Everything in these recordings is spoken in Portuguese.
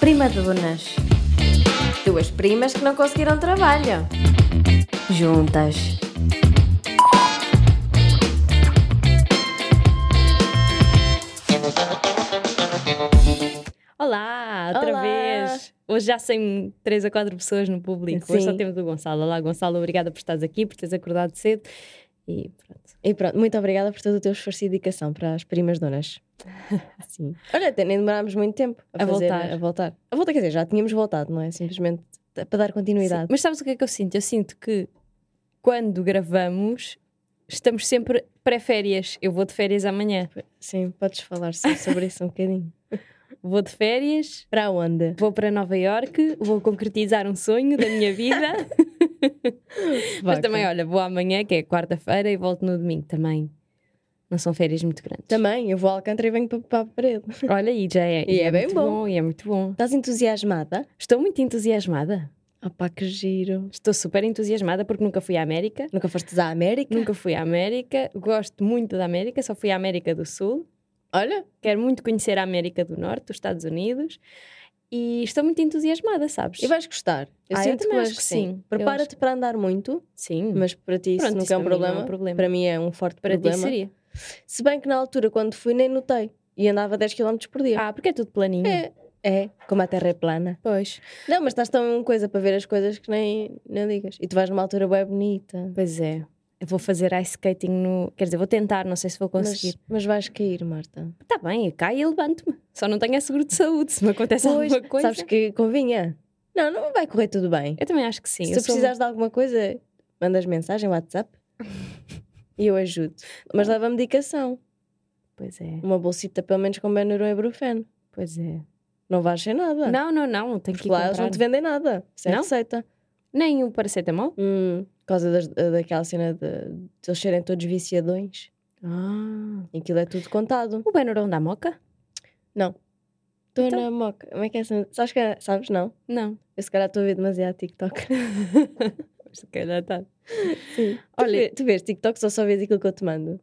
Prima Primadonas. Duas primas que não conseguiram trabalho. Juntas. Olá, outra Olá. vez. Hoje já sem três a quatro pessoas no público. Hoje só Sim. temos o Gonçalo. Olá, Gonçalo, obrigada por estares aqui, por teres acordado cedo. E pronto. E pronto, muito obrigada por todo o teu esforço e dedicação para as primas donas. Sim. Olha, até nem demorámos muito tempo a, A fazer- voltar. A voltar. A voltar, quer dizer, já tínhamos voltado, não é? Simplesmente t- para dar Sim, continuidade. Mas sabes o que é que eu sinto? Eu sinto que quando gravamos, estamos sempre pré-férias. Eu vou de férias amanhã. Sim, podes falar sim, sobre isso um bocadinho. Vou de férias, Para onde? vou para Nova Iorque, vou concretizar um sonho da minha vida. Mas também, olha, vou amanhã, que é quarta-feira, e volto no domingo também. Não são férias muito grandes. Também, eu vou a Alcântara e venho para, para a parede. Olha, e já é. E é bem muito bom. E é muito bom. Estás entusiasmada? Estou muito entusiasmada. Ah pá, que giro. Estou super entusiasmada porque nunca fui à América. Nunca foste à América? Nunca fui à América. Gosto muito da América, só fui à América do Sul. Olha, Quero muito conhecer a América do Norte, os Estados Unidos. E estou muito entusiasmada, sabes? e vais gostar. Ah, eu também acho és- que sim. Eu Prepara-te para andar muito, Sim. mas para ti isso Hum. Pronto, nunca isso é um para mim não é um problema. problema. Para mim é um forte para ti problema. seria. Se bem que na altura, quando fui, nem notei. E andava 10 km por dia. Ah, porque é tudo planinho. É, é, como a terra é plana. Pois. Não, mas estás tão coisa para ver as coisas que nem, nem ligas. E tu vais numa altura bem bonita. Pois é. Eu vou fazer ice skating no. Quer dizer, vou tentar, não sei se vou Mas, conseguir. mas vais cair, Marta. Está bem, eu caio e levanto-me. Só não tenho é seguro de saúde se me acontece alguma coisa. sabes que convinha. Não, não vai correr tudo bem. Eu também acho que sim. Se eu tu sou- um precisares de alguma coisa, mandas mensagem, WhatsApp. e eu ajudo. Mas leva medicação. Pois é, Uma bolsita, pelo menos, com Benuron e Brufen. pois é. Não vais sem nada. Não, não, não. Tenho que Porque ir lá eles não comprar. te vendem nada. Sem Não? receita. Nem o paracetamol? Hum, por causa das- daquela cena de, de eles serem todos viciadões. Ah. E aquilo é tudo contado. O Benuron da Moca? Estou Então- na moca. Como é que é essa? Sabes, que, sabes não? Não. Eu se calhar estou a ver demasiado TikTok. Se calhar tá. Sim. Olha- Olha, tu, vê- tu vês TikToks ou só vês aquilo que eu te mando?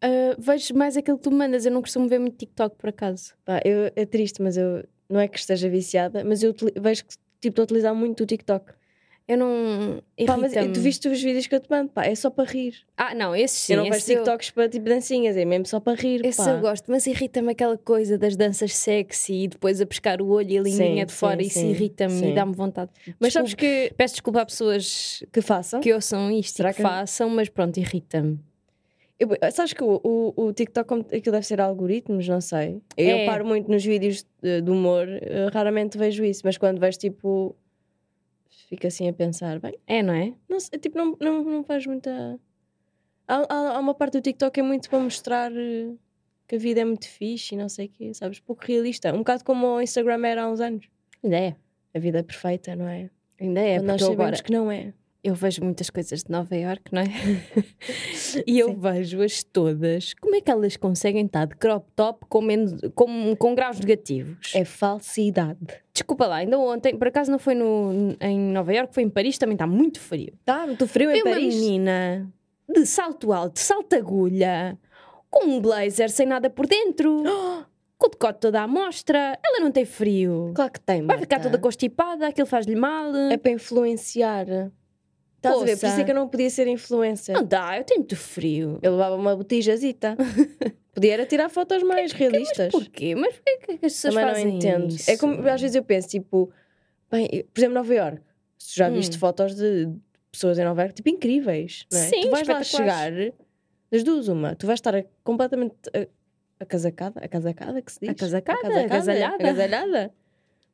Ah, vejo mais aquilo que tu me mandas. Eu não costumo ver muito TikTok, por acaso. Pá, eu, é triste, mas eu não é que esteja viciada, mas eu utili- vejo que tipo, estou a utilizar muito o TikTok. Eu não. Pá, mas irrita-me. tu viste os vídeos que eu te mando, pá, é só para rir. Ah, não, esse sim. eu não vejo esse eu- TikToks para tipo dancinhas, é mesmo só para rir. Esse pá. eu gosto, mas irrita-me aquela coisa das danças sexy e depois a pescar o olho e a linguinha Sim, de fora. sim, isso sim, irrita-me sim. e dá-me vontade. Mas sabes Desculpa. que, Peço desculpa a pessoas que façam? que ouçam isto Será e que, que- façam, mas pronto, irrita-me. Eu, eh, sabes que o, o, o TikTok, como aquilo deve ser algoritmos, não sei. Eu É. paro muito nos vídeos de, de humor, eh, raramente vejo isso, mas quando vejo tipo. Fico assim a pensar, bem, É, não é? não sei, tipo, não, não, não faz muita. Há, há, há uma parte do TikTok que é muito para mostrar eh, que a vida é muito fixe e não sei o quê, sabes? Pouco realista. Um bocado como o Instagram era há uns anos. Ainda é. A vida é perfeita, não é? Ainda é, Quando nós porque eu sabemos agora que não é. eu vejo muitas coisas de Nova Iorque, não é? e eu vejo-as todas. Como é que elas conseguem estar de crop top com, menos, com, com graus negativos? É falsidade. Desculpa lá, ainda ontem, por acaso não foi no, em Nova Iorque, foi em Paris, também está muito frio. Tá, muito frio Vi em uma Paris. menina de salto alto, salto agulha, com um blazer sem nada por dentro, com o decote toda à mostra. Ela não tem frio. Claro que tem, Vai ficar Marta. toda constipada, aquilo faz-lhe mal. é para influenciar. Estás a ver? Por isso é Ouça. que eu não podia ser influencer. Não dá, eu tenho muito frio. Eu levava uma botijazita. podia era tirar fotos mais é realistas. Porquê? Mas porquê que as pessoas Também não fazem entendo. isso? É como às vezes eu penso, tipo, bem, eu- por exemplo, Nova York. Tu já viste Hum. fotos de pessoas em Nova York, tipo, incríveis. Não é? Sim, tu vais lá chegar espetaculares. das duas, uma. Tu vais estar a- completamente a- acasacada, acasacada que se diz? Acasacada, Acasacada, agasalhada. agasalhada.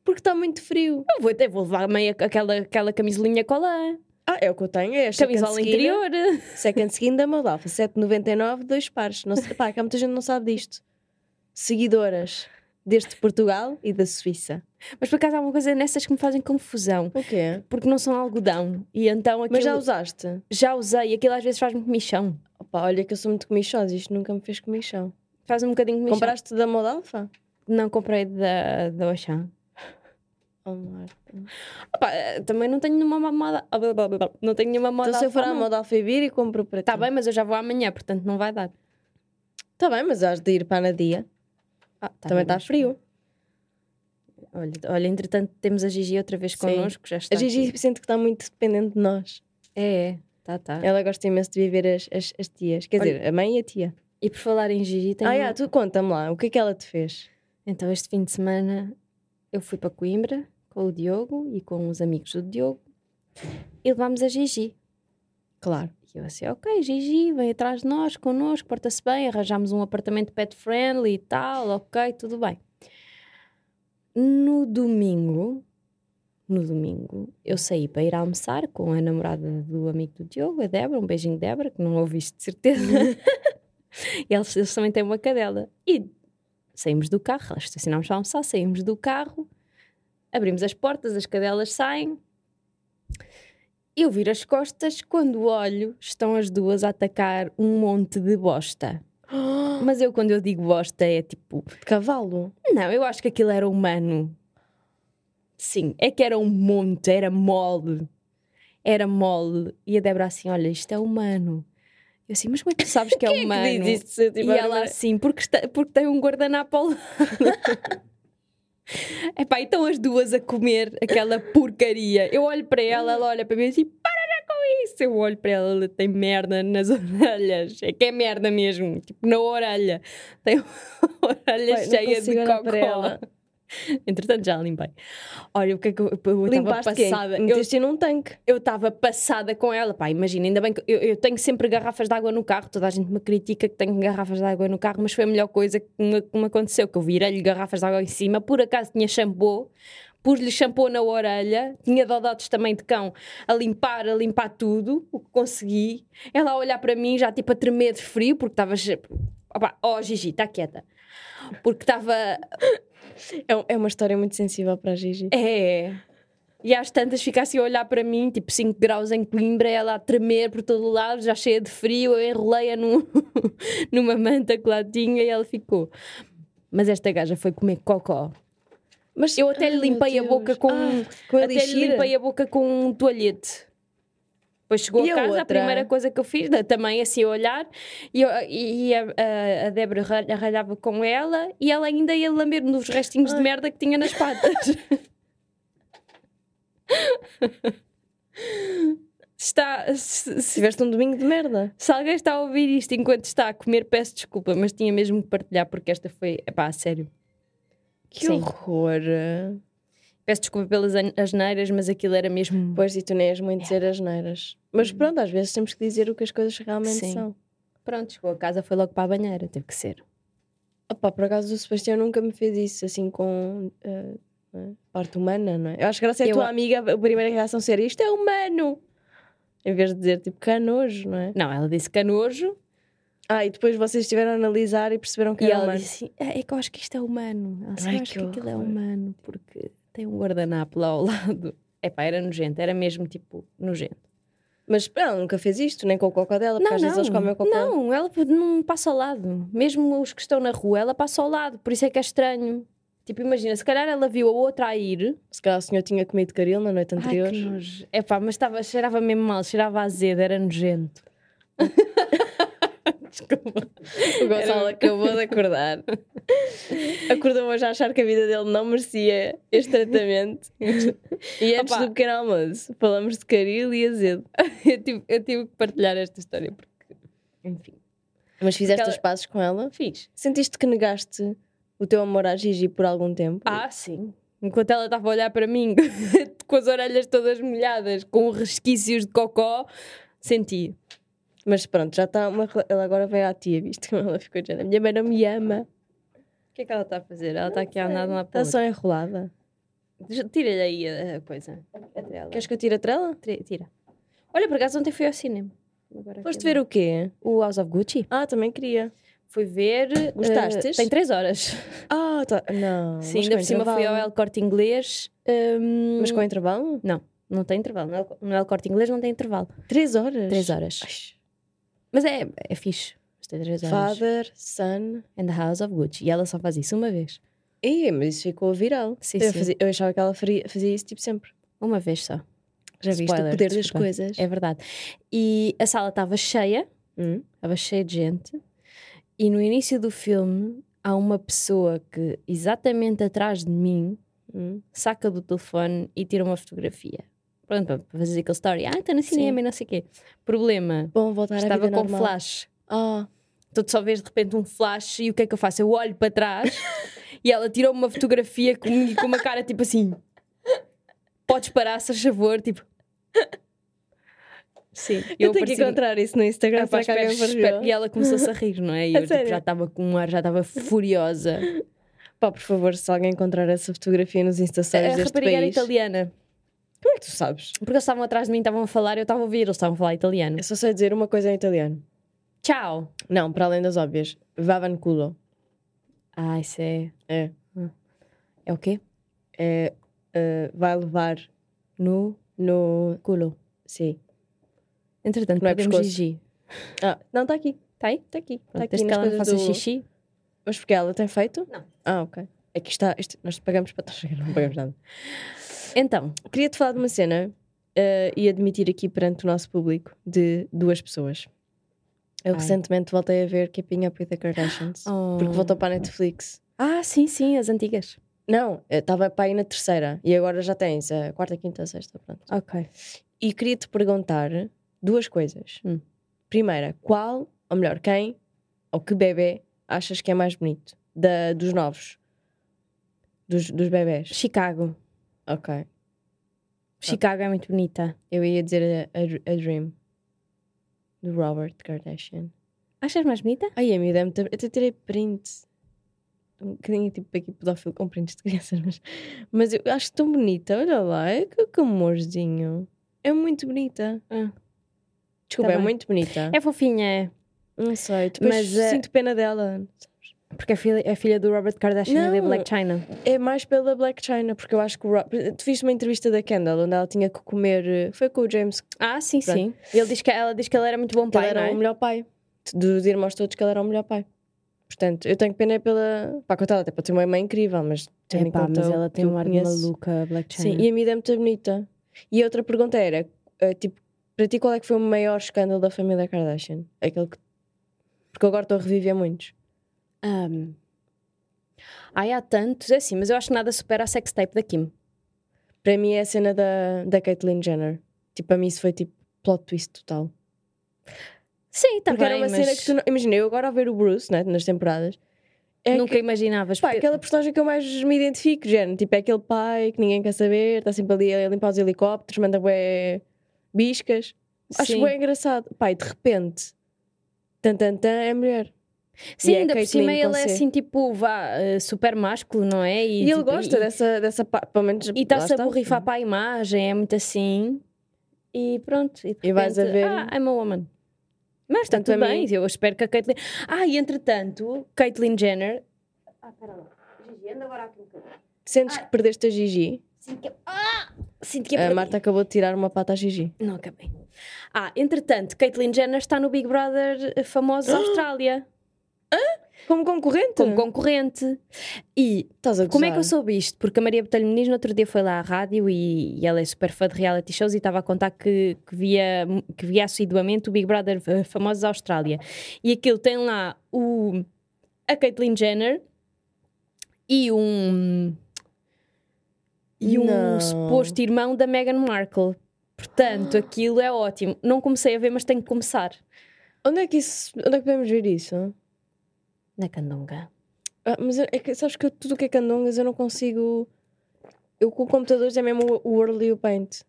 Porque está muito frio. Eu vou até vou levar meio aquela, aquela camisolinha colã, Ah, é o que eu tenho, é esta camisola cansequinha. interior. Second skin da Madalfa, 7,99, dois pares. Não sei, pá, que há muita gente que não sabe disto. Seguidoras deste Portugal e da Suíça. Mas por acaso há uma coisa nessas que me fazem confusão. O quê? Porque não são algodão. E então aquilo Mas já usaste? já usei, aquilo às vezes faz-me comichão. Opa, olha que eu sou muito comichosa, isto nunca me fez comichão. Faz um bocadinho de comichão. Compraste da Modalfa? Não comprei da, da Auchan. ao mar. Opa, eh, também não tenho nenhuma moda. ah, blá, blá, blá, blá. Não tenho nenhuma moda. Então se eu for alfa, à não. moda alfabir e compro para Tá ti. bem, mas eu já vou amanhã, portanto não vai dar. Tá bem, mas has de ir para a Nadia. Ah, tá Também bem, está mas- frio. Olha, olha, entretanto temos a Gigi outra vez Sim. connosco. Já está A Gigi aqui. sente que está muito dependente de nós. É, é. Tá, tá. Ela gosta imenso de viver as, as, as tias. Quer Olha- dizer, a mãe e a tia. E por falar em Gigi, tem Ah, yeah, tu conta-me lá, o que é que ela te fez? Então, este fim de semana eu fui para Coimbra com o Diogo e com os amigos do Diogo e levámos a Gigi. Claro. E eu assim, ok, Gigi, vem atrás de nós, connosco, porta-se bem, arranjámos um apartamento pet friendly e tal, ok, tudo bem. No domingo, no domingo, eu saí para ir almoçar com a namorada do amigo do Diogo, a Débora, um beijinho Débora, que não ouviste de certeza. e eles, eles também têm uma cadela. E saímos do carro, estacionámos para almoçar, saímos do carro, abrimos as portas, as cadelas saem. Eu viro as costas, quando olho, estão as duas a atacar um monte de bosta. Mas eu, quando eu digo bosta, é tipo. De cavalo. Não, eu acho que aquilo era humano. Sim, é que era um monte, era mole. Era mole. E a Débora assim: olha, isto é humano. Eu assim, mas como é que tu sabes que é humano? isto? Tipo, E ela assim, porque, está- porque tem um guardanapo ao lado. Epá, então as duas a comer aquela porcaria. Eu olho para ela, ela olha para mim assim, para já com isso. Eu olho para ela, ela tem merda nas orelhas. É que é merda mesmo, tipo na orelha. Tem uma orelha Pai, não cheia de consigo olhar para coca ela. Entretanto, já limpei. Olha, o que é que eu eu estava Limpaste quem? passada. Eu Meteste num tanque. eu estava passada com ela, pá, imagina, ainda bem que eu, eu tenho sempre garrafas de água no carro, toda a gente me critica que tenho garrafas de água no carro, mas foi a melhor coisa que me, que me aconteceu, que eu virei-lhe garrafas de água em cima, por acaso tinha shampoo, pus-lhe shampoo na orelha, tinha dodotes também de cão a limpar, a limpar tudo, o que consegui, ela a olhar para mim já tipo a tremer de frio, porque estava, opá, ó Gigi, está quieta, porque estava É, um- é uma história muito sensível para a Gigi. é. E às tantas fica assim a olhar para mim, tipo 5 graus em Coimbra, ela a tremer por todo o lado, já cheia de frio, eu enrolei-a num- numa manta que lá tinha e ela ficou. Mas esta gaja foi comer cocó. Mas Eu até lhe Ai, meu limpei a Deus. boca com um- Ah, com a Até lhe lixeira? limpei a boca com um toalhete. Depois chegou E a a casa, a outra? primeira coisa que eu fiz, da- também assim a olhar, e, eu- e- e a, a, a Débora ralha- ralhava com ela e ela ainda ia lamber nos restinhos de merda que tinha nas patas. Está, se, se- Tiveste um domingo de merda. se alguém está a ouvir isto enquanto está a comer, peço desculpa, mas tinha mesmo que partilhar porque esta foi, pá, sério. Que Sim. horror. Peço desculpa pelas an- asneiras, mas aquilo era mesmo. Pois, e tu nem és muito dizer as neiras. Mas pronto, às vezes temos que dizer o que as coisas realmente Hum. Sim. são. Pronto, chegou a casa, foi logo para a banheira, teve que ser. Opa, por acaso o Sebastião nunca me fez isso, assim com eh, não é? parte humana, não é? Eu acho que graças a Eu tua a- amiga, a primeira reação seria isto é humano, em vez de dizer tipo canojo, não é? Não, ela disse canojo Ah, e depois vocês estiveram a analisar e perceberam que e era ela humano. disse assim: é, é que eu acho que isto é humano. Ela disse, Ai, eu acho que, que aquilo é horror. humano porque tem um guardanapo lá ao lado. É pá, era nojento, era mesmo tipo nojento. Mas ela nunca fez isto, nem com o cocó dela, porque às vezes eles comem o cocó. não, ela não passa ao lado. Mesmo os que estão na rua, ela passa ao lado, por isso é que é estranho. Tipo, imagina, se calhar ela viu a outra a ir. Se calhar o senhor tinha comido caril na noite anterior. É pá, mas estava, cheirava mesmo mal, cheirava azedo, era nojento. Desculpa. o Gonçalo acabou de acordar. Acordou hoje a achar que a vida dele não merecia este tratamento. E antes Opa. do pequeno almoço, falamos de caril e azedo. Eu tive, eu tive que partilhar esta história porque, enfim, Mas fizeste Porque ela- os passos com ela? fiz. Sentiste que negaste o teu amor à Gigi por algum tempo? Ah, sim. Enquanto ela estava a olhar para mim com as orelhas todas molhadas, com resquícios de cocó, senti. Mas pronto, já está uma. rela- Ela agora veio à tia, viste como ela ficou dizendo. A minha mãe não me ama. O que é que ela está a fazer? Ela está aqui a andar de uma Está para só enrolada. outra. Tira-lhe aí a, a coisa. Queres que eu tire a trela? Tri- Tira. Olha, por acaso ontem fui ao cinema. Agora Foste aqui a- ver o quê? o House of Gucci? Ah, também queria. Fui ver. Gostaste? eh, tem três horas. Ah, tá. Não. Sim, mas ainda com por cima fui ao intervalo. Hum, El Corte Inglês. ehm, Mas com intervalo? Não tem intervalo. No El- No El Corte Inglês não tem intervalo. Três horas. Três horas. Mas é, é fixe. Mas tem três horas. Father, son. And the House of Gucci. E ela só faz isso uma vez. Ei, mas isso ficou viral. Sim, eu, sim. fazia- eu achava que ela faria- fazia isso tipo sempre. Uma vez só. Já viste Spoiler, o poder das desculpa. coisas. É verdade. E a sala estava cheia, Hum? estava cheia de gente, e no início do filme há uma pessoa que, exatamente atrás de mim, Hum? saca do telefone e tira uma fotografia. Pronto, para fazer aquele story. Ah, está no cinema e não sei o quê. Problema, Bom, voltar à estava vida com um normal. flash. Ah, Então tu só vês de repente um flash e o que é que eu faço? Eu olho para trás e ela tirou uma fotografia comigo com uma cara tipo assim: Podes parar, se faz favor? Tipo, sim. Eu Eu, tenho que apareci- encontrar isso no Instagram. "Ah, pá, será que espero- alguém partilhou? espero." E ela começou-se a rir, não é? E A eu tipo, sério? já estava com um ar, já estava furiosa. Pá, por favor, se alguém encontrar essa fotografia nos Insta A Stories deste rapariga era país... italiana. Como é que tu sabes? Porque eles estavam atrás de mim, estavam a falar, eu estava a ouvir, eles estavam a falar italiano. Eu só sei dizer uma coisa em italiano. Tchau! Não, para além das óbvias. Vavanculo. Ah, isso é. É. É o quê? É, eh, vai levar No no... culo. Sim. Entretanto, Não é perdemos pescoço. Gigi. Ah, não, está aqui. Está aí? Está aqui. Está Pronto, aqui desde que nas ela não coisas faça do... xixi. Mas porque ela tem feito? Não. Ah, ok. É que está, isto- nós pagamos para trás, não pagamos nada. Então, Queria-te falar de uma cena eh, e admitir aqui perante o nosso público de duas pessoas. Eu Ai. Oh. recentemente voltei a ver Keeping Up with the Kardashians. Porque porque voltou para a Netflix. Ah, sim, sim, as antigas. Não, eu estava para aí na terceira. E agora já tens a quarta, quinta, sexta, pronto. Ok. E queria-te perguntar duas coisas. Hum. Primeira, qual, ou melhor, quem ou que bebê achas que é mais bonito? Da, dos novos? Dos, dos bebés? Chicago. Ok. Chicago é muito bonita. Eu ia dizer a, a- a Dream do Robert Kardashian. Achas mais bonita? Ai, a miúda é muito. Eu até tirei print. Um bocadinho tipo aqui pedófilo com prints de crianças, mas, mas eu acho tão bonita. Olha lá, é que, que amorzinho. É muito bonita. Ah. Desculpa, Tá é bem. muito bonita. É fofinha, é. Não sei, depois Mas, eh, sinto pena dela. Porque é filha, é filha do Robert Kardashian Não. e da Black China. É mais pela Black China, porque eu acho que o Rob... Tu viste uma entrevista da Kendall onde ela tinha que comer. eh, Foi com o James Ah, sim, Pronto. sim. Ele diz que, ela diz que ele era muito bom que ele pai, era não é? o melhor pai. Dos irmãos todos, que ele era o melhor pai. Portanto, eu tenho pena pela. Pá, coitada, até para ter uma mãe incrível, mas. tendo em Epá, conta mas o ela que tem eu um ar de conheço- maluca, Black China. Sim, e a miúda é muito bonita. E a outra pergunta era: eh, tipo, para ti, qual é que foi o maior escândalo da família Kardashian? Aquele que. Porque eu agora estou a reviver muitos. Ahm. Ai, há tantos, é assim, mas eu acho que nada supera a sextape da Kim. Para mim é a cena da, da Caitlyn Jenner. Tipo, para mim isso foi tipo plot twist total. Sim, também, Porque era uma mas cena que tu. Não... Imagina, eu agora a ver o Bruce, né, nas temporadas. É nunca imaginavas. Pá, porque- aquela personagem que eu mais me identifico, género. Tipo, é aquele pai que ninguém quer saber, está sempre ali a limpar os helicópteros, manda bué biscas. Acho Sim. bué engraçado. Pai, de repente, tan, tan, tan, é mulher. Sim, E é ainda por Caitlyn cima com ele é C. assim, tipo, vá, eh, super másculo, não é? E, ele tipo, gosta e- dessa, dessa parte, pelo menos. E lá está-se a está. borrifar para a imagem, é muito assim. E pronto. E, de E vais a repente, ver- Ah, I'm a woman. Mas está Portanto, tudo a bem, mim- eu espero que a Caitlyn. Ah, e entretanto, Caitlyn Jenner. Ah, pera lá. Gigi, anda agora aqui um bocadinho. Sentes que perdeste a Gigi? Sinto que. Ah! Sinto que é a para Marta mim. acabou de tirar uma pata à Gigi. Não acabei. Ah, entretanto, Caitlyn Jenner está no Big Brother eh, famoso da Austrália, Como concorrente? como concorrente. E Estás a Como é que eu gozar? soube isto? Porque a Maria Botelho Muniz no outro dia foi lá à rádio e, e ela é super fã de reality shows e estava a contar que, que via, que via assiduamente o Big Brother eh, famoso da Austrália. E aquilo tem lá o, a Caitlyn Jenner e um e um Não. suposto irmão da Meghan Markle. Portanto, aquilo é ótimo. Não comecei a ver, mas tenho que começar. Onde é que isso. Onde é que podemos ver isso? Na Candonga. Ah, mas é que, sabes que eu- tudo o que é candongas eu não consigo. Eu com computadores é mesmo o o Word e o Paint.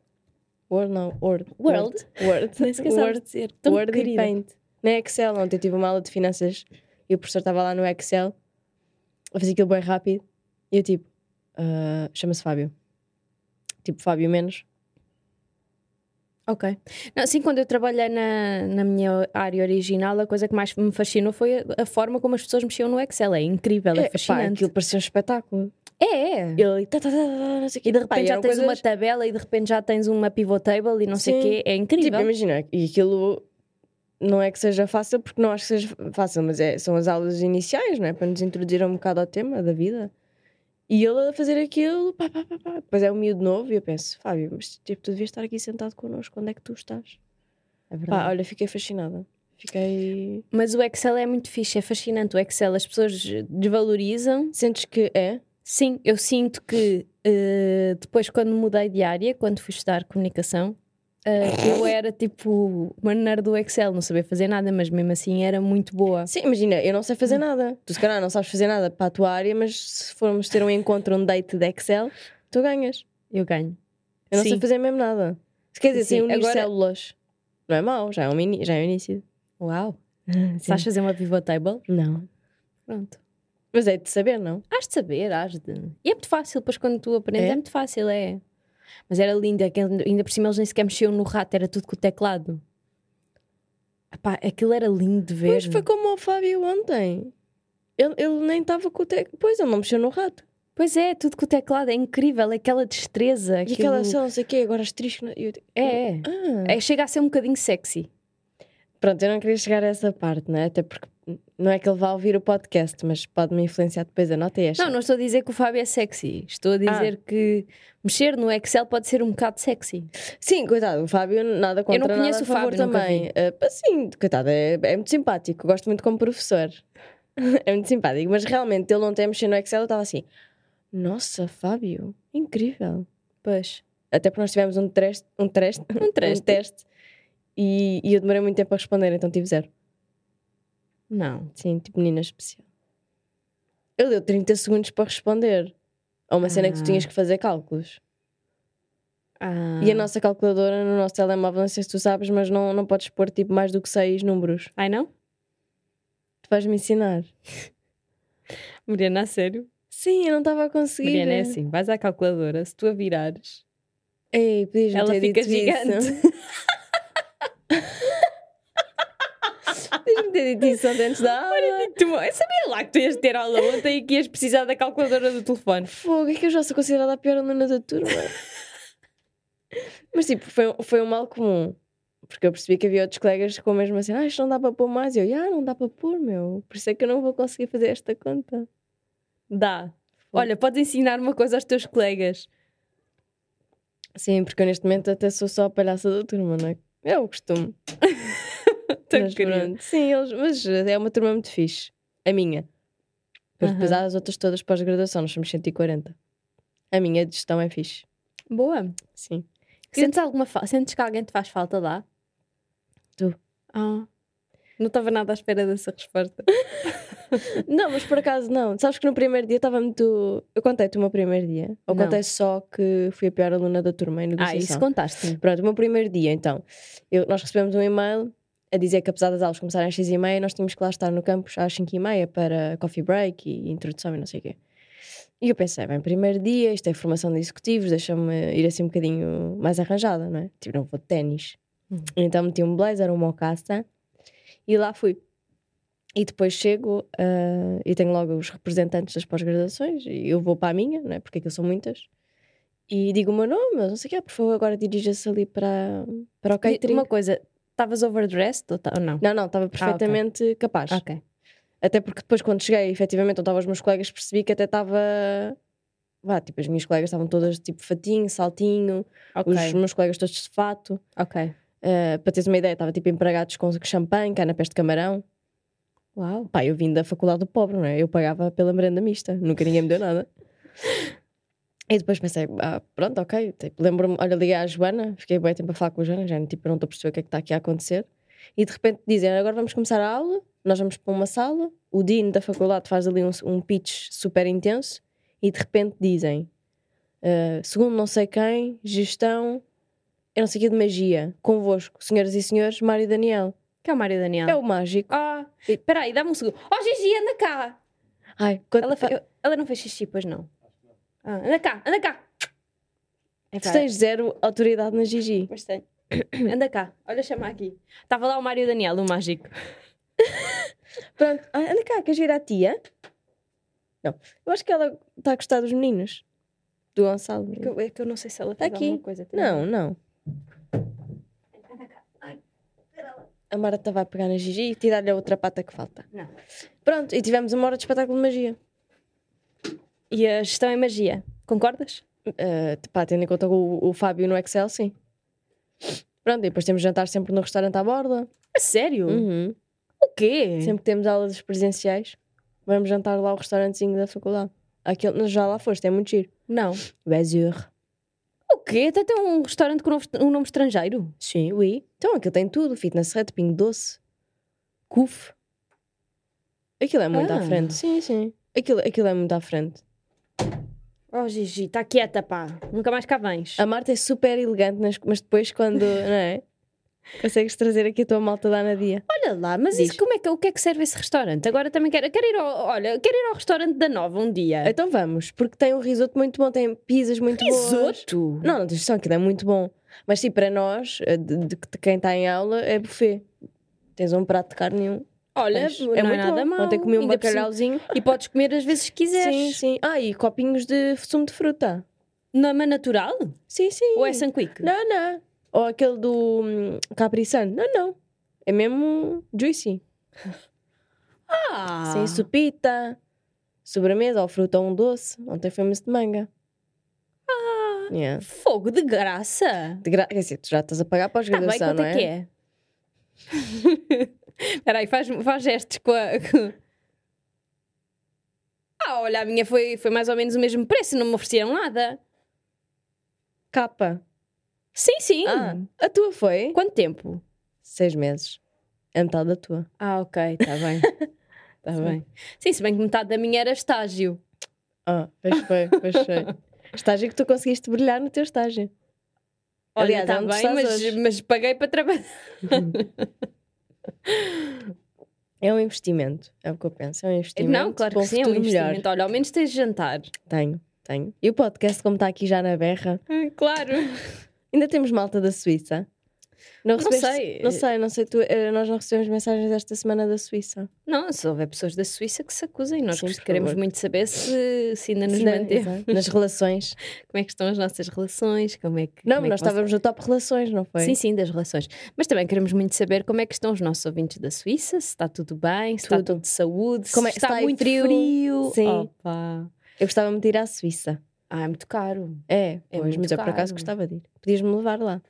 Word não, Word. World. Word. Nem sequer sabes Word, dizer. Tão Word e querida. Paint. Na Excel, ontem eu tive uma aula de finanças e o professor estava lá no Excel a fazer aquilo bem rápido e eu tipo, ah, chama-se Fábio. Tipo, Fábio menos. Ok. Não, sim, quando eu trabalhei na, na minha área original, a coisa que mais me fascinou foi a, a forma como as pessoas mexiam no Excel. É incrível, é, pá, fascinante. aquilo parecia um espetáculo. é, é. Ele ali, tá, tá, tá, tá, não sei o quê. E de Pá, repente já eram tens uma coisas- tabela e de repente já tens uma pivot table e não sei o Sim. quê. É Tipo, incrível. imagina, e aquilo não é que seja fácil, porque não acho que seja fácil, mas é, são as aulas iniciais, não é? Para nos introduzir um bocado ao tema da vida. E ele a fazer aquilo, pá, pá, pá, pá. Depois é um miúdo novo e eu penso, Fábio, mas tipo, tu devias estar aqui sentado connosco, onde é que tu estás? É verdade. Pá, olha, fiquei fascinada. Fiquei. Mas o Excel é muito fixe, é fascinante. O Excel as pessoas desvalorizam. Sentes que é? Sim, eu sinto que eh, depois, quando mudei de área, quando fui estudar comunicação, eh, eu era tipo uma nerd do Excel, não sabia fazer nada, mas mesmo assim era muito boa. Sim, imagina, eu não sei fazer nada. Tu se calhar não sabes fazer nada para a tua área, mas se formos ter um encontro, um date de Excel, tu ganhas. Eu ganho. Eu não Sim. sei fazer mesmo nada. Se quer dizer, Sim, sem unir agora- células. Não é mau, já é um, ini- já é um início. Uau! Sabes Sabes? fazer uma pivot table? Ah, Não. Pronto. Mas é de saber, não? Hás de saber, hás de. E é muito fácil, depois quando tu aprendes, é, É? muito fácil, é. Mas era linda, que ainda por cima eles nem sequer mexiam no rato, era tudo com o teclado. Epá, aquilo era lindo de ver. Pois foi como o Fábio ontem. Ele, ele nem estava com o tec... Pois, ele não mexeu no rato. Pois é, tudo com o teclado, é incrível, aquela destreza. E Aquilo... aquela, sei lá, não sei o quê, agora asterisco. na- eu- É, é. Ah. É, Chega a ser um bocadinho sexy. Pronto, eu não queria chegar a essa parte, não é? Até porque não é que ele vá ouvir o podcast, mas pode me influenciar depois a nota e esta. Não, não estou a dizer que o Fábio é sexy. Estou a dizer que mexer no Excel pode ser um bocado sexy. Sim, coitado, o Fábio nada contra não conheço nada, o Fábio, a favor nunca também. Ah, pá, sim, coitado, é, é muito simpático, gosto muito como professor. é muito simpático, mas realmente ele ontem a mexer no Excel eu estava assim, nossa, Fábio, incrível. Pois. Até porque nós tivemos um teste, um teste, Um um traste. teste e, e eu demorei muito tempo a responder, então tive zero. Não. Sim, tipo menina especial. Ele deu 30 segundos para responder a uma cena que Ah. tu tinhas que fazer cálculos. Ah. E a nossa calculadora no nosso telemóvel, não sei se tu sabes, mas não, não podes pôr tipo mais do que seis números. Ai não? Tu vais-me ensinar. Mariana, a sério? Sim, eu não estava a conseguir. Mariana, é assim, vais à calculadora, se tu a virares, Ei, podias ela ter fica dito gigante. isso. Podias-me ter dito isso ontem antes da aula. Tu, eu sabia lá que tu ias ter aula ontem e que ias precisar da calculadora do telefone. Fogo, é que eu já sou considerada a pior aluna da turma. Mas tipo, foi, um- foi um mal comum. Porque eu percebi que havia outros colegas com a mesma cena. Ah, isto não dá para pôr mais. E eu, ah, não dá para pôr, meu. Por isso é que eu não vou conseguir fazer esta conta. Dá. Olha, podes ensinar uma coisa aos teus colegas. Sim, porque eu neste momento até sou só a palhaça da turma, não é? É o costume. Tão Mas querido. pronto. Sim, eles, mas é uma turma muito fixe. A minha. Mas depois Aham. há as outras todas pós-graduação, nós somos 140. A minha de gestão é fixe. Boa. Sim. Sentes, alguma fa- Sentes que alguém te faz falta lá? Tu. Ah. Não estava nada à espera dessa resposta. Não, mas por acaso não. Sabes que no primeiro dia estava muito. Eu contei-te o meu primeiro dia. Ou Não. contei só que fui a pior aluna da turma em Ah, negociação. isso contaste. Pronto, o meu primeiro dia, então. Eu- nós recebemos um e-mail a dizer que apesar das aulas começarem às 6h30, nós tínhamos que lá estar no campus às 5h30 para coffee break e introdução e não sei o quê. E eu pensei, bem, primeiro dia, isto é formação de executivos, deixa-me ir assim um bocadinho mais arranjada, não é? Tipo, não vou de ténis. Uhum. Então meti um blazer, uma alcaça e lá fui. E depois chego ah, e tenho logo os representantes das pós-graduações e eu vou para a minha, não é? Porque aquilo são muitas. E digo o meu nome, não sei o quê, "Ah, por favor, agora dirija-se ali para, para o E catering. Uma coisa, estavas overdressed ou, ta- ou não? Não, não, estava perfeitamente capaz. Ah, Ok. Até porque depois, quando cheguei, efetivamente, onde estavam os meus colegas, percebi que até estava. Vá, tipo, as minhas colegas estavam todas tipo fatinho, saltinho, Ok. os meus colegas todos de fato. Ok. Ah, para teres uma ideia, estava tipo empregados com champanhe, canapés de camarão. Uau. Pá, eu vim da faculdade do pobre, não é? Eu pagava pela merenda mista, nunca ninguém me deu nada. E depois pensei, ah, pronto, ok. Tipo, Lembro-me, olha, liguei à Joana, fiquei bem tempo a falar com a Joana, já tipo, eu não estou a perceber o que é que está aqui a acontecer. E de repente dizem, agora vamos começar a aula, nós vamos para uma sala, o Dino da faculdade faz ali um, um pitch super intenso, e de repente dizem, ah, segundo não sei quem, gestão, eu não sei o que de magia, convosco, senhoras e senhores, Mário Daniel. Que é o Mário Daniel. É o mágico. Ah, espera aí, dá-me um segundo. Oh, Gigi, anda cá. Ai, quando... Ela, fe- eu- ela não fez xixi, pois não. Ah, anda cá, anda cá. É Tu pá, tens zero autoridade na Gigi. mas tenho. Anda cá, olha chama aqui. Estava lá o Mário Daniel, o mágico. Pronto, Ah, anda cá, queres vir à tia? Não. Eu acho que ela está a gostar dos meninos. Do Gonçalo. Que eu- É que eu não sei se ela Tá fez aqui. alguma coisa. Não, não. A Mara estava a pegar na Gigi e tirar-lhe a outra pata que falta. Não. Pronto, e tivemos uma hora de espetáculo de magia. E a gestão é magia. Concordas? Eh, pá, tendo em conta o, o Fábio no Excel, sim. Pronto, e depois temos jantar sempre no restaurante à borda. Uhum. A sério? O quê? Sempre que temos aulas presenciais, vamos jantar lá ao restaurantezinho da faculdade. Aquele, já lá foste, é muito giro. Não. Bezur. O quê? Até tem um restaurante com um nome- um nome estrangeiro? Sim, oui. Então aquilo tem tudo: fitness red, pingo doce, cuf. Aquilo é muito Ah. à frente. Sim, sim. Aquilo, aquilo é muito à frente. Oh, Gigi, está quieta, pá. Nunca mais cá vens. A Marta é super elegante, nas- mas depois quando, não é? Consegues trazer aqui a tua malta da Ana Dia. Olha lá, mas Diz. isso como é que, o que é que serve esse restaurante? Agora também quero, quero ir ao, olha, quero ir ao restaurante da Nova um dia. Então vamos, porque tem um risoto muito bom, tem pizzas muito boas. Risoto? Não, não tens noção, aquilo é muito bom. Mas sim, para nós, eh, de, de- de quem está em aula, é buffet. Tens um prato de carne e um. Olha, peixe. não é, nada bom. mal. Ontem comi um Ainda por cima- bacalhauzinho. E podes comer as vezes que quiseres. Sim, sim. Ah, e copinhos de sumo de fruta. Não é natural? Sim, sim. Ou é sanquique? Não, não. Ou aquele do hum, Capri Sun. Não, não. É mesmo juicy. Ah! Sim, supita, sobremesa ou fruta ou um doce. Ontem foi-me de manga. Ah, Yeah. Fogo de graça! De gra... Quer dizer, tu já estás a pagar para a Tá bem, graduação, quanto não é? é que é? Espera aí, faz, faz gestos com a... com- Ah, olha, a minha foi, foi mais ou menos o mesmo preço, não me ofereceram nada. Capa. Sim, sim. Ah, a tua foi? Quanto tempo? Seis meses. É metade da tua. Ah, ok, tá está bem. Está Sim. bem. Sim, se bem que metade da minha era estágio. Ah, pois foi, pois foi. Estágio que tu conseguiste brilhar no teu estágio. Olha, Aliás, é está onde bem, estás mas, hoje? mas paguei para trabalhar. É um investimento, é o que eu penso. É um investimento. Não, claro para que sim, é um futuro melhor. investimento. Olha, ao menos tens de jantar. Tenho, tenho. E o podcast, como está aqui já na berra, Claro. ainda temos malta da Suíça. Não, sei. Não sei, não sei. Tu, eh, nós não recebemos mensagens esta semana da Suíça. Não, se houver pessoas da Suíça que se acusem, nós Sim, por queremos favor. muito saber se, se ainda nos Se não- mantemos. exato, Nas relações. Como é que estão as nossas relações? Como é que. Não, como é mas nós que vocês- estávamos no top relações, não foi? Sim, sim, das relações. Mas também queremos muito saber como é que estão os nossos ouvintes da Suíça, se está tudo bem, se Tudo. está tudo de saúde, Como é- se está, está aí muito frio. frio? Sim. Opa. Eu gostava muito de ir à Suíça. Ah, é muito caro. É, É pois, muito mas eu por caro. acaso gostava de ir. Podias-me levar lá.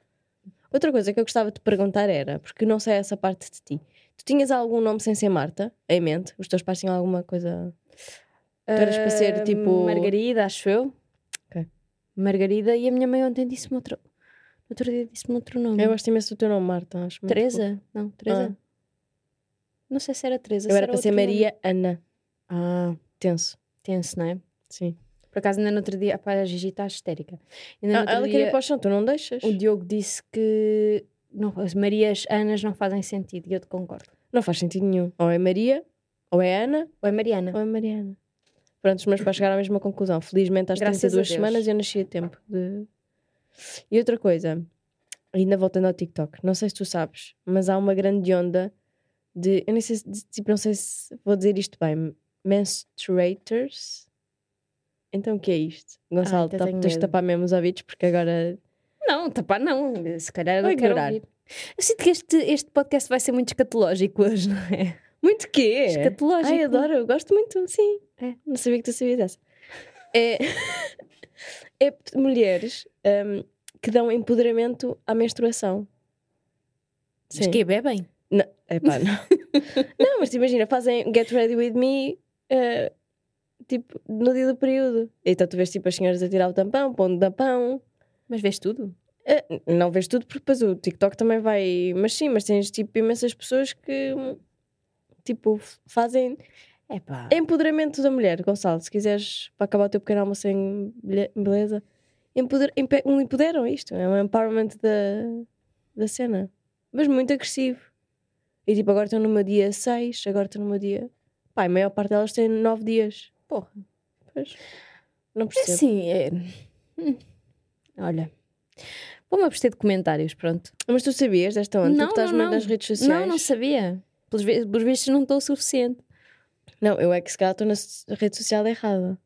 Outra coisa que eu gostava de te perguntar era, porque não sei essa parte de ti. Tu tinhas algum nome sem ser Marta em mente? Os teus pais tinham alguma coisa. Tu eras para ser, Ah, tipo- Margarida, acho eu. Ok. Margarida, e a minha mãe ontem disse-me outro. no Outro dia disse-me outro nome. Eu gosto imenso do teu nome, Marta. Acho muito fofo. Teresa? Não, Teresa. Não sei se Ah. era Teresa. Eu se era para ser outro Maria Ana. nome. Ah, Tenso. tenso, não é? Sim. Por acaso, ainda no outro dia. Ah, pá, a Gigi está histérica. Ainda no Ah, outro ela dia, queria ir para o chão, tu não deixas. o Diogo disse que não, as Marias Anas não fazem sentido e eu te concordo. Não faz sentido nenhum. Ou é Maria, ou é Ana, Ou é Mariana? ou é Mariana. Pronto, os meus pais chegaram à mesma conclusão. Felizmente, às Graças a 32 Deus. semanas eu nasci a tempo de. E outra coisa, ainda voltando ao TikTok, não sei se tu sabes, mas há uma grande onda de. Eu nem sei se, de- tipo, não sei se vou dizer isto bem. Menstruators? Então o que é isto? Gonçalo, até tá- tenho tens de medo. tapar mesmo os ouvidos porque agora. Não, tapar não. Se calhar Vou eu quero ignorar. ouvir. Eu sinto que este, este podcast vai ser muito escatológico hoje, não é? Muito quê? Escatológico. Ai, adoro, eu gosto muito, sim. É. Não sabia que tu sabias dessa. É, é p- mulheres hum, que dão empoderamento à menstruação. Mas que é bebem? Não, epá, não. não, mas te imagina, fazem Get Ready With Me eh, tipo, no dia do período. Então tu vês tipo as senhoras a tirar o tampão, pondo tampão. Mas vês tudo? Eh, não vês tudo porque depois o TikTok também vai. Mas sim, mas tens tipo imensas pessoas que hum, tipo f- fazem É pá. Empoderamento da mulher, Gonçalo. Se quiseres para acabar o teu pequeno almoço em belhe- em beleza, empoder, empe- um empoderam isto. É um empowerment da, da cena. Mas muito agressivo. E tipo, agora estou no meu dia 6, agora estou no meu dia. Pá, a maior parte delas tem 9 dias. Porra. Pois. Não É percebo. Assim, é... Hum. Olha. Vou-me abster de comentários, pronto. Mas tu sabias desta onda? Não, tu que estás não, muito não. nas redes sociais. Não, não sabia. Pelos, vi- pelos vistos não estou o suficiente. Não, eu é que se calhar estou na s- rede social errada.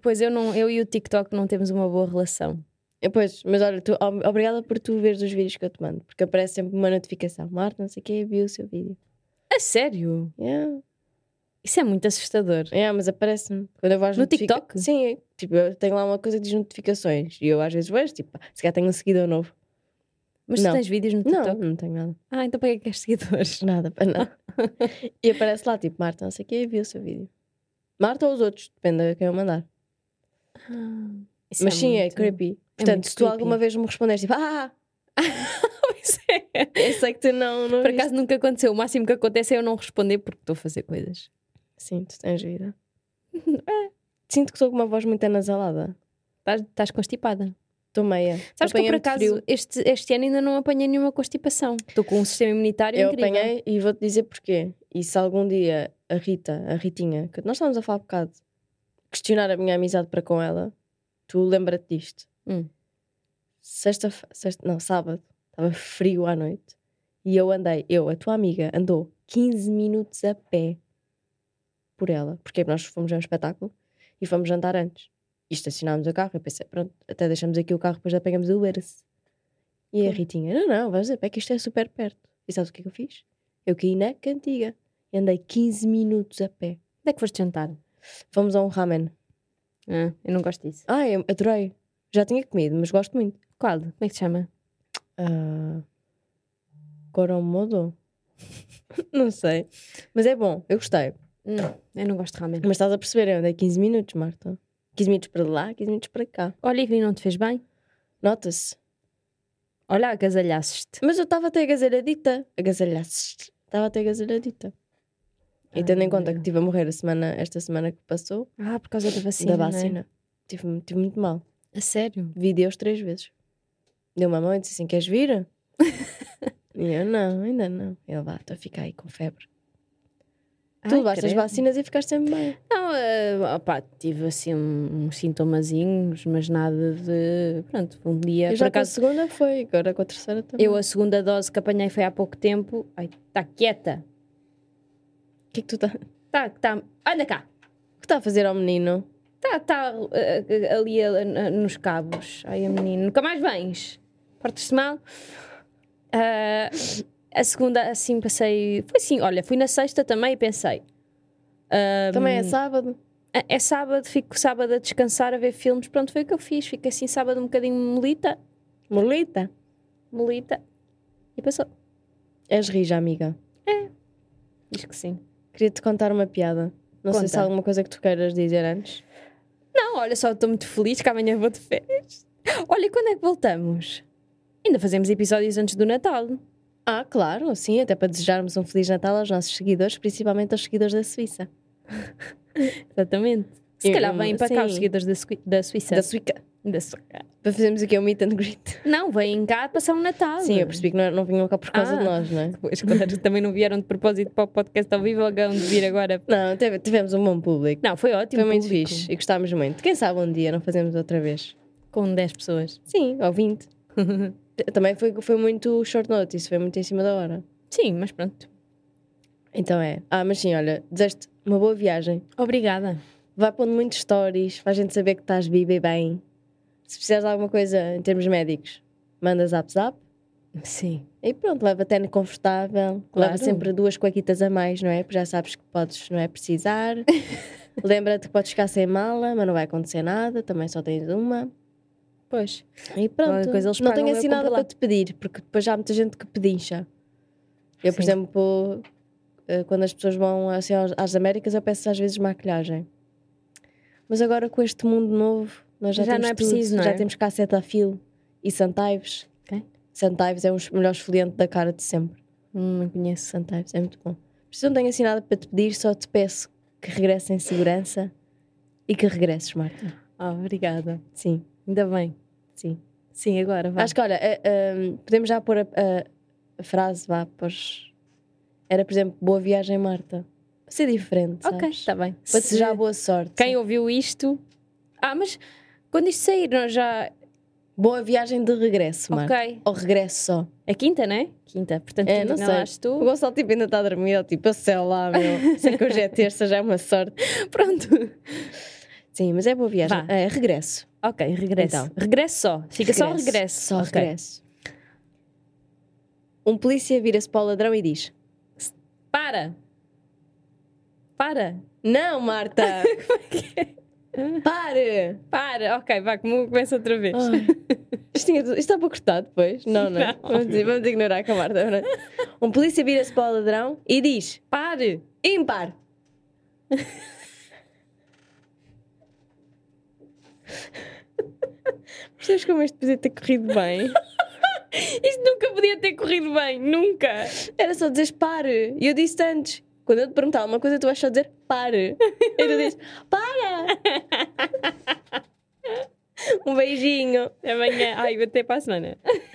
Pois eu, não, eu e o TikTok não temos uma boa relação. Eu, Pois, mas olha, tu, ob- obrigada por tu veres os vídeos que eu te mando, porque aparece sempre uma notificação. Marta, não sei quem viu o seu vídeo. A sério? Yeah. Isso é muito assustador. É, mas aparece-me. Quando eu vou às No notifica- TikTok? Sim, é. tipo, eu tenho lá uma coisa que diz notificações. E eu às vezes vejo, tipo, se calhar tenho um seguidor novo. Mas Não. tu tens vídeos no Não, TikTok? não tenho nada. Ah, então para que é que queres seguidores? Nada, para nada. e aparece lá, tipo, Marta, não sei o quê, viu o seu vídeo. Marta ou os outros, depende de quem eu mandar. Isso Mas sim, é muito- creepy. Portanto, muito se tu creepy. alguma vez me responderes, tipo, ah, Pois é. eu sei que tu não. não Por viste." acaso nunca aconteceu. O máximo que acontece é eu não responder porque estou a fazer coisas. Sim, tu é tens vida. É. Sinto que sou com uma voz muito anasalada. Estás, estás constipada. Estou meia. Sabes que eu, por Apanhei muito acaso frio. este, este ano ainda não apanhei nenhuma constipação. Estou com um sistema imunitário Eu incrível. apanhei e vou-te dizer porquê. E se algum dia a Rita, a Ritinha, que nós estávamos a falar um bocado, questionar a minha amizade para com ela, tu lembra-te disto. Hum. Sexta, sexta, não, sábado, estava frio à noite e eu andei, eu, a tua amiga, andou 15 minutos a pé por ela, porque nós fomos a um espetáculo e fomos jantar antes. E estacionámos o carro, eu pensei, pronto, até deixamos aqui o carro, depois apanhamos o Uber. E a Claro. Ritinha, não, não, vais a pé que isto é super perto. E sabes o que é que eu fiz? Eu caí na cantiga. E andei 15 minutos a pé. Onde é que foste jantar? Fomos a um ramen. Ah, eu não gosto disso. Ah, eu adorei. Já tinha comido, mas gosto muito. Qual? Como é que se chama? Ah, Goromodo? não sei. Mas é bom, eu gostei. eu não gosto de ramen. Mas estás a perceber, eu andei 15 minutos, Marta. 15 minutos para lá, 15 minutos para cá. Olha, e não te fez bem? Nota-se. Olha, agasalhaste. Mas eu estava até agasalhadita. Agasalhaste. Estava até agasalhadita. E Ai, tendo em conta meu. que estive a morrer a semana, esta semana que passou, Ah, por causa da vacina. da não é? vacina, tive, tive muito mal. A sério? Vi Deus três vezes. Deu uma mão e disse assim: Queres vir? e eu não, ainda não. Ele vá, estou a ficar aí com febre. tu Ai, levaste as credo. vacinas e ficaste sempre bem. Não, eh, opá, tive assim um- uns sintomazinhos, mas nada de. Pronto, um dia. eu por já acaso, com a segunda foi, agora com a terceira também. eu O a segunda dose que apanhei foi há pouco tempo. Ai, está quieta. que é que tu tá... o Tá, tá. Anda cá. que está a fazer ao menino? Tá, tá eh, eh, ali eh, eh, nos cabos. Ai, a menina, nunca mais vens. Portas-te mal. Ah, a segunda, assim, passei. Foi assim, olha, fui na sexta também e pensei. ah, Também é sábado. É- É sábado, fico sábado a descansar, a ver filmes. Pronto, foi o que eu fiz. Fico assim sábado um bocadinho molita, Molita. molita. E passou. És rija, amiga. Diz que sim. Queria-te contar uma piada. Não sei Conta. se há alguma coisa que tu queiras dizer antes. Não, olha só, estou muito feliz que amanhã vou de férias. Olha, quando é que voltamos? Ainda fazemos episódios antes do Natal. Ah, claro, sim, até para desejarmos um Feliz Natal aos nossos seguidores, principalmente aos seguidores da Suíça. Exatamente. Se Eu- calhar vêm para cá sim. os seguidores da, Sui- da Suíça. Da Suíca. Da Suíça. Para fazermos aqui um meet and greet. Não, vêm cá passar o Natal. Sim, eu percebi que não, não vinham cá por causa Ah. de nós, não é? Pois, claro, também não vieram de propósito para o podcast ao vivo, alguém de vir agora. Não, teve- tivemos um bom público. Não, foi ótimo. Foi muito público. fixe e gostámos muito. Quem sabe um dia não fazemos outra vez? Com 10 pessoas. Sim, ou 20. T- Também foi, foi muito short notice, foi muito em cima da hora. Sim, mas pronto. Então é. Ah, mas sim, olha, desejo-te uma boa viagem. Obrigada. Vai pondo muitos stories, faz gente saber que estás viva e bem. Se precisares de alguma coisa em termos médicos, manda zap zap. Sim. E pronto, leva tênis confortável, Claro. leva sempre duas cuequitas a mais, não é? Porque já sabes que podes, não é? Precisar. Lembra-te que podes ficar sem mala, mas não vai acontecer nada, também só tens uma. Pois. E pronto, Qualquer coisa eles não pagam, tenho eu assim nada compro lá. para te pedir, porque depois já há muita gente que pedincha. Eu, por Sim. exemplo, eh, quando as pessoas vão assim, aos- às Américas, eu peço às vezes maquilhagem. Mas agora com este mundo novo, nós já, Já não temos é preciso, tudo. não Já é? temos casseta a fio e Santives. Ok. Santives é um dos melhores esfoliante da cara de sempre. Não conheço. Santives, é muito bom. Por isso não tenho assim nada para te pedir, só te peço que regresses em segurança e que regresses, Marta. ah, obrigada. Sim, Ainda bem. sim. Sim, agora vá. Acho que, olha, eh, ehm, podemos já pôr a, a- a frase, vá, pois. Era, por exemplo, boa viagem, Marta. Para ser diferente, Ok, sabes? está bem. Para Se- desejar boa sorte. eh, Quem ouviu isto. Ah, mas quando isto sair, nós já. Boa viagem de regresso, Marta. Ok. Ou regresso só. É quinta, não é? Quinta. Portanto, É, quinta não não sei. lá és O tu. Gonçalo tipo, ainda está a dormir, ele, tipo, eu sei lá, meu. sei que hoje é terça, já é uma sorte. Pronto. Sim, mas é boa viagem. Vá. É, regresso. Ok, regresso. Então. regresso só. Fica só regresso. Só Ok. regresso. Um polícia vira-se para o ladrão e diz: Para! Para, Não, Marta! Pare! para. Ok, vá, come- começa outra vez. Ai, isto, tinha, isto está para cortar depois? Não, não. Não. Vamos, dizer- vamos ignorar com a Marta. não é? Um polícia vira-se para o ladrão e diz: pare! Impar! Percebes como este podia ter corrido bem? Isto nunca podia ter corrido bem, nunca. Era só dizer pare! E eu disse antes: quando eu te perguntar uma coisa, tu vais só dizer pare! E tu dizes: para! Um beijinho! Amanhã, ai, até para a semana.